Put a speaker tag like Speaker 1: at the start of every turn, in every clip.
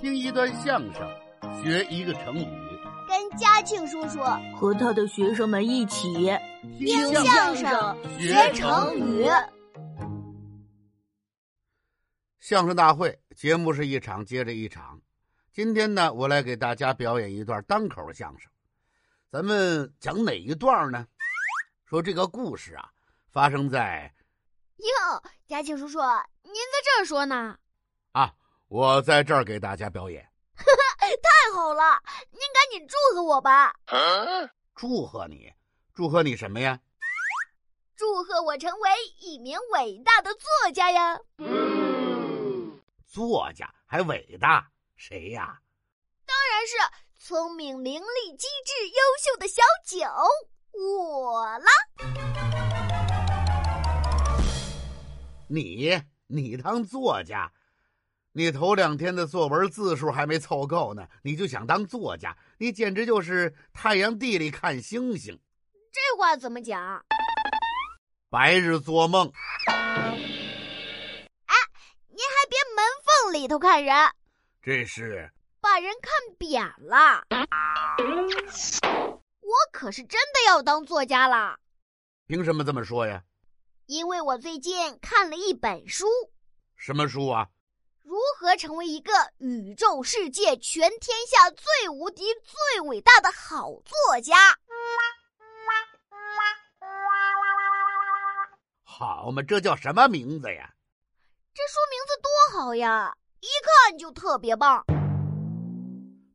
Speaker 1: 听一段相声，学一个成语，
Speaker 2: 跟嘉庆叔叔
Speaker 3: 和他的学生们一起
Speaker 1: 听
Speaker 2: 相
Speaker 1: 声
Speaker 2: 声
Speaker 1: 学成语。
Speaker 2: 语。
Speaker 1: 相声大会节目是一场接着一场，今天呢，我来给大家表演一段单口相声。咱们讲哪一段呢？说这个故事啊，发生在
Speaker 2: 哟，嘉庆叔叔，您在这儿说呢，
Speaker 1: 啊，我在这儿给大家表演，
Speaker 2: 太好了！您赶紧祝贺我吧，
Speaker 1: 祝贺你，祝贺你什么呀？
Speaker 2: 祝贺我成为一名伟大的作家呀！
Speaker 1: 作家还伟大，谁呀、
Speaker 2: 当然是聪明伶俐、机智优秀的小九我啦。
Speaker 1: 你你当作家，你头两天的作文字数还没凑够呢，你就想当作家，你简直就是太阳地里看星星，
Speaker 2: 这话怎么讲？
Speaker 1: 白日做梦。
Speaker 2: 您还别门缝里头看人，
Speaker 1: 这是
Speaker 2: 把人看扁了。我可是真的要当作家啦，
Speaker 1: 凭什么这么说呀？
Speaker 2: 因为我最近看了一本书。
Speaker 1: 什么书啊？
Speaker 2: 如何成为一个宇宙世界全天下最无敌、最伟大的好作家？
Speaker 1: 好嘛，这叫什么名字呀？
Speaker 2: 这书名字多好呀，一看就特别棒。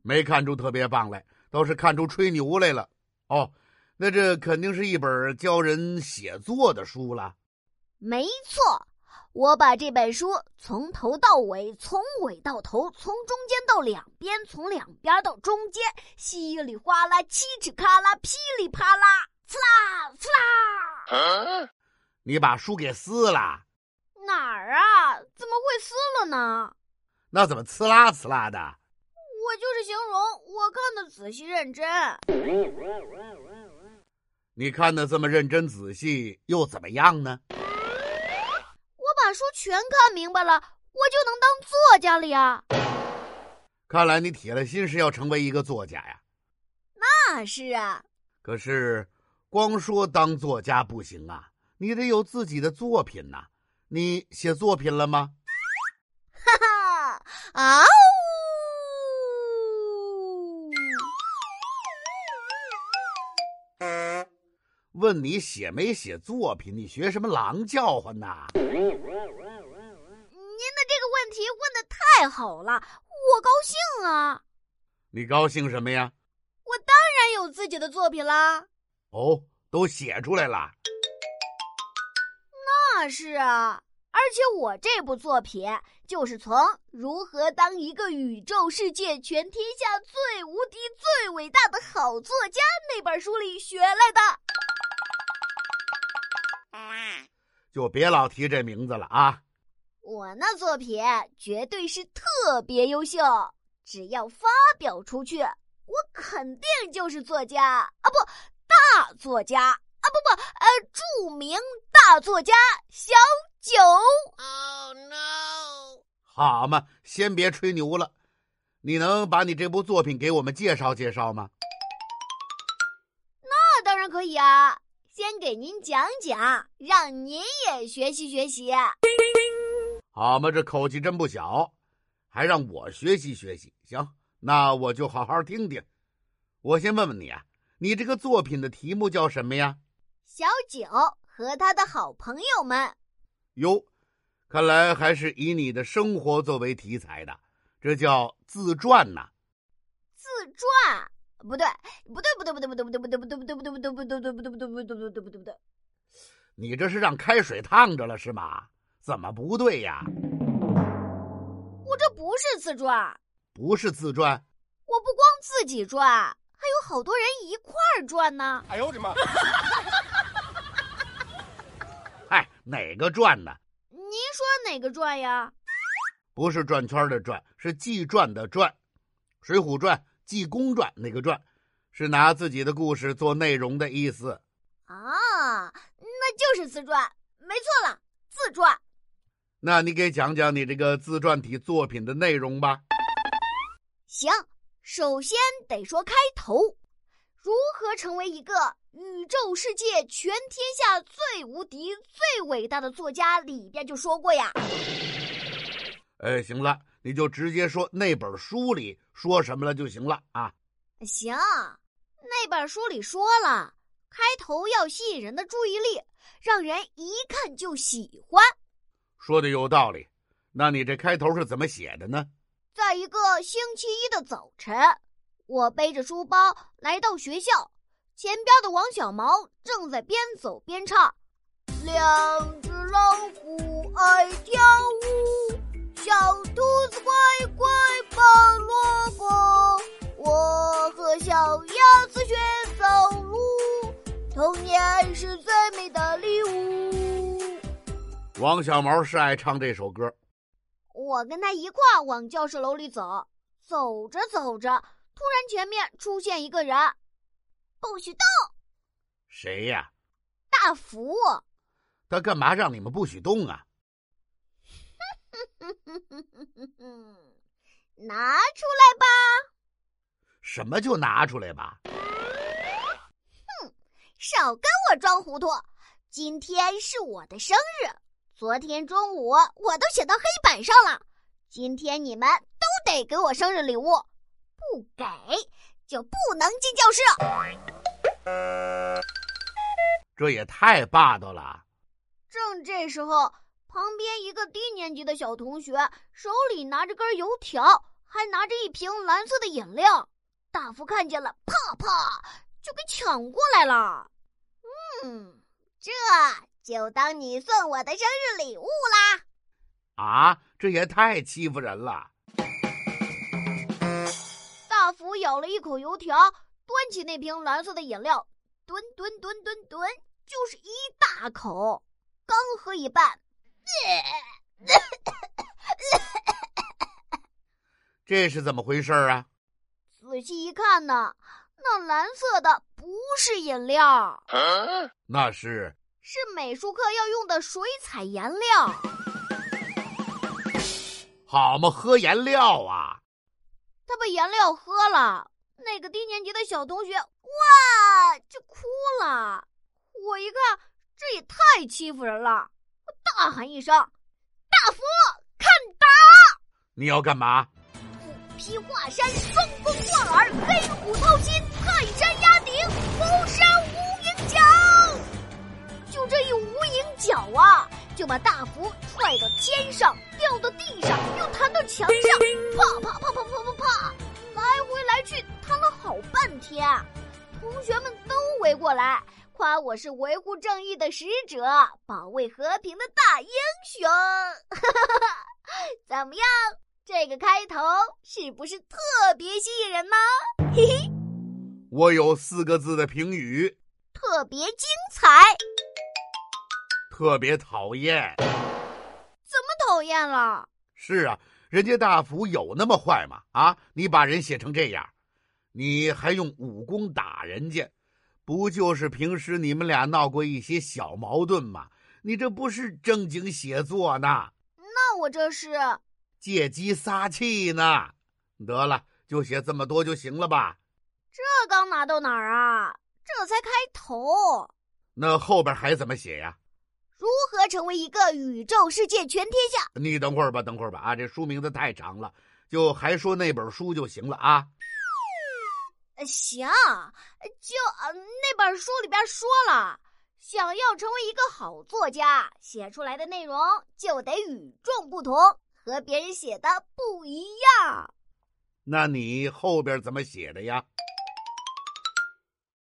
Speaker 1: 没看出特别棒来，倒是看出吹牛来了。哦，那这肯定是一本教人写作的书了。
Speaker 2: 没错，我把这本书从头到尾、从尾到头、从中间到两边、从两边到中间，稀里哗啦、嘁哧咔啦、噼里啪啦、呲啦呲啦，
Speaker 1: 你把书给撕了，
Speaker 2: 哪儿啊？怎么会撕了呢？
Speaker 1: 那怎么呲啦呲啦的？
Speaker 2: 我就是形容，我看的仔细认真。
Speaker 1: 你看的这么认真仔细，又怎么样呢？
Speaker 2: 我把书全看明白了，我就能当作家了呀！
Speaker 1: 看来你铁了心是要成为一个作家呀。
Speaker 2: 那是啊，
Speaker 1: 可是，光说当作家不行啊，你得有自己的作品呐、你写作品了吗？
Speaker 2: 哈哈，啊呜！
Speaker 1: 问你写没写作品？你学什么狼叫唤呐？
Speaker 2: 您的这个问题问的太好了，我高兴啊！
Speaker 1: 你高兴什么呀？
Speaker 2: 我当然有自己的作品啦。
Speaker 1: 哦，都写出来了。
Speaker 2: 那是啊，而且我这部作品就是从如何当一个宇宙世界全天下最无敌、最伟大的好作家那本书里学来的。
Speaker 1: 就别老提这名字了啊！
Speaker 2: 我那作品绝对是特别优秀，只要发表出去，我肯定就是作家啊，不，大作家啊，不不，呃，著名大作家小九。Oh no！
Speaker 1: 好嘛，先别吹牛了，你能把你这部作品给我们介绍介绍吗？
Speaker 2: 那当然可以啊，先给您讲讲，让您也学习学习。
Speaker 1: 好嘛，这口气真不小，还让我学习学习。行，那我就好好听听。我先问问你啊，你这个作品的题目叫什么呀？
Speaker 2: 小九和他的好朋友们，
Speaker 1: 哟，看来还是以你的生活作为题材的，这叫自传呐、
Speaker 2: 自传不对，不对，不对，不对，不对，不对，不对，不对，不对，不对，不对，不对，不对，不对，不对，不对，不对，不对，不对。
Speaker 1: 你这是让开水烫着了是吗？怎么不对呀？
Speaker 2: 我这不是自传，
Speaker 1: 不是自传，
Speaker 2: 我不光自己转，还有好多人一块儿转呢。
Speaker 4: 哎呦我的妈！
Speaker 1: 嗨，哪个转呢？
Speaker 2: 您说哪个转呀？
Speaker 1: 不是转圈的转，是纪传的传，《水浒传》《济公传》那个传，是拿自己的故事做内容的意思。
Speaker 2: 啊，那就是自传，没错了，自传。
Speaker 1: 那你给讲讲你这个自传体作品的内容吧。
Speaker 2: 行，首先得说开头，如何成为一个宇宙世界全天下最无敌、最伟大的作家里边就说过呀。
Speaker 1: 哎，行了，你就直接说那本书里说什么了就行了啊。
Speaker 2: 行，那本书里说了，开头要吸引人的注意力，让人一看就喜欢。
Speaker 1: 说的有道理，那你这开头是怎么写的呢？
Speaker 2: 在一个星期一的早晨，我背着书包来到学校，前边的王小毛正在边走边唱：“两只老虎爱跳舞，小兔子乖乖拔萝卜，我和小鸭子学走路，童年是最美的礼物。”
Speaker 1: 王小毛是爱唱这首歌，
Speaker 2: 我跟他一块儿往教室楼里走，走着走着，突然前面出现一个人，不许动！
Speaker 1: 谁呀？
Speaker 2: 大福，
Speaker 1: 他干嘛让你们不许动啊？
Speaker 2: 嗯拿出来吧！
Speaker 1: 什么就拿出来吧？
Speaker 2: 少跟我装糊涂，今天是我的生日，昨天中午我都写到黑板上了，今天你们都得给我生日礼物，不给就不能进教室。
Speaker 1: 这也太霸道了！啊
Speaker 2: 正这时候，旁边一个低年级的小同学手里拿着根油条，还拿着一瓶蓝色的饮料。大福看见了，啪啪就给抢过来了。嗯，这就当你送我的生日礼物啦。
Speaker 1: 啊，这也太欺负人了！
Speaker 2: 大福咬了一口油条，端起那瓶蓝色的饮料，吨吨吨吨吨，就是一大口，刚喝一半，
Speaker 1: 这是怎么回事啊？
Speaker 2: 仔细一看呢，那蓝色的不是饮料。
Speaker 1: 那是
Speaker 2: 是美术课要用的水彩颜料。
Speaker 1: 好嘛，喝颜料啊！
Speaker 2: 他把颜料喝了，那个低年级的小同学哇就哭了。我一看，这也太欺负人了，我大喊一声：“大福，看打
Speaker 1: 你要干嘛？！”
Speaker 2: 虎披华山，双峰贯耳，黑虎掏心，泰山压顶，巫山无影脚。就这一无影脚啊，就把大福踹到天上，掉到地上，又弹到墙上，啪啪啪啪啪啪啪，来回来去弹了好半天。啊同学们都围过来，夸我是维护正义的使者，保卫和平的大英雄。怎么样？这个开头是不是特别吸引人呢？
Speaker 1: 我有四个字的评语，
Speaker 2: 特别精彩，
Speaker 1: 特别讨厌。
Speaker 2: 不讨厌了。
Speaker 1: 是啊，人家大福有那么坏吗？啊，你把人写成这样，你还用武功打人家，不就是平时你们俩闹过一些小矛盾吗？你这不是正经写作呢，
Speaker 2: 那我这是
Speaker 1: 借机撒气呢。得了，就写这么多就行了吧？
Speaker 2: 这刚拿到哪儿啊？这才开头。
Speaker 1: 那后边还怎么写呀？
Speaker 2: 如何成为一个宇宙世界全天下？
Speaker 1: 你等会儿吧，等会儿吧啊！这书名字太长了，就还说那本书就行了啊。
Speaker 2: 呃行，就呃那本书里边说了，想要成为一个好作家，写出来的内容就得与众不同，和别人写的不一样。
Speaker 1: 那你后边怎么写的呀？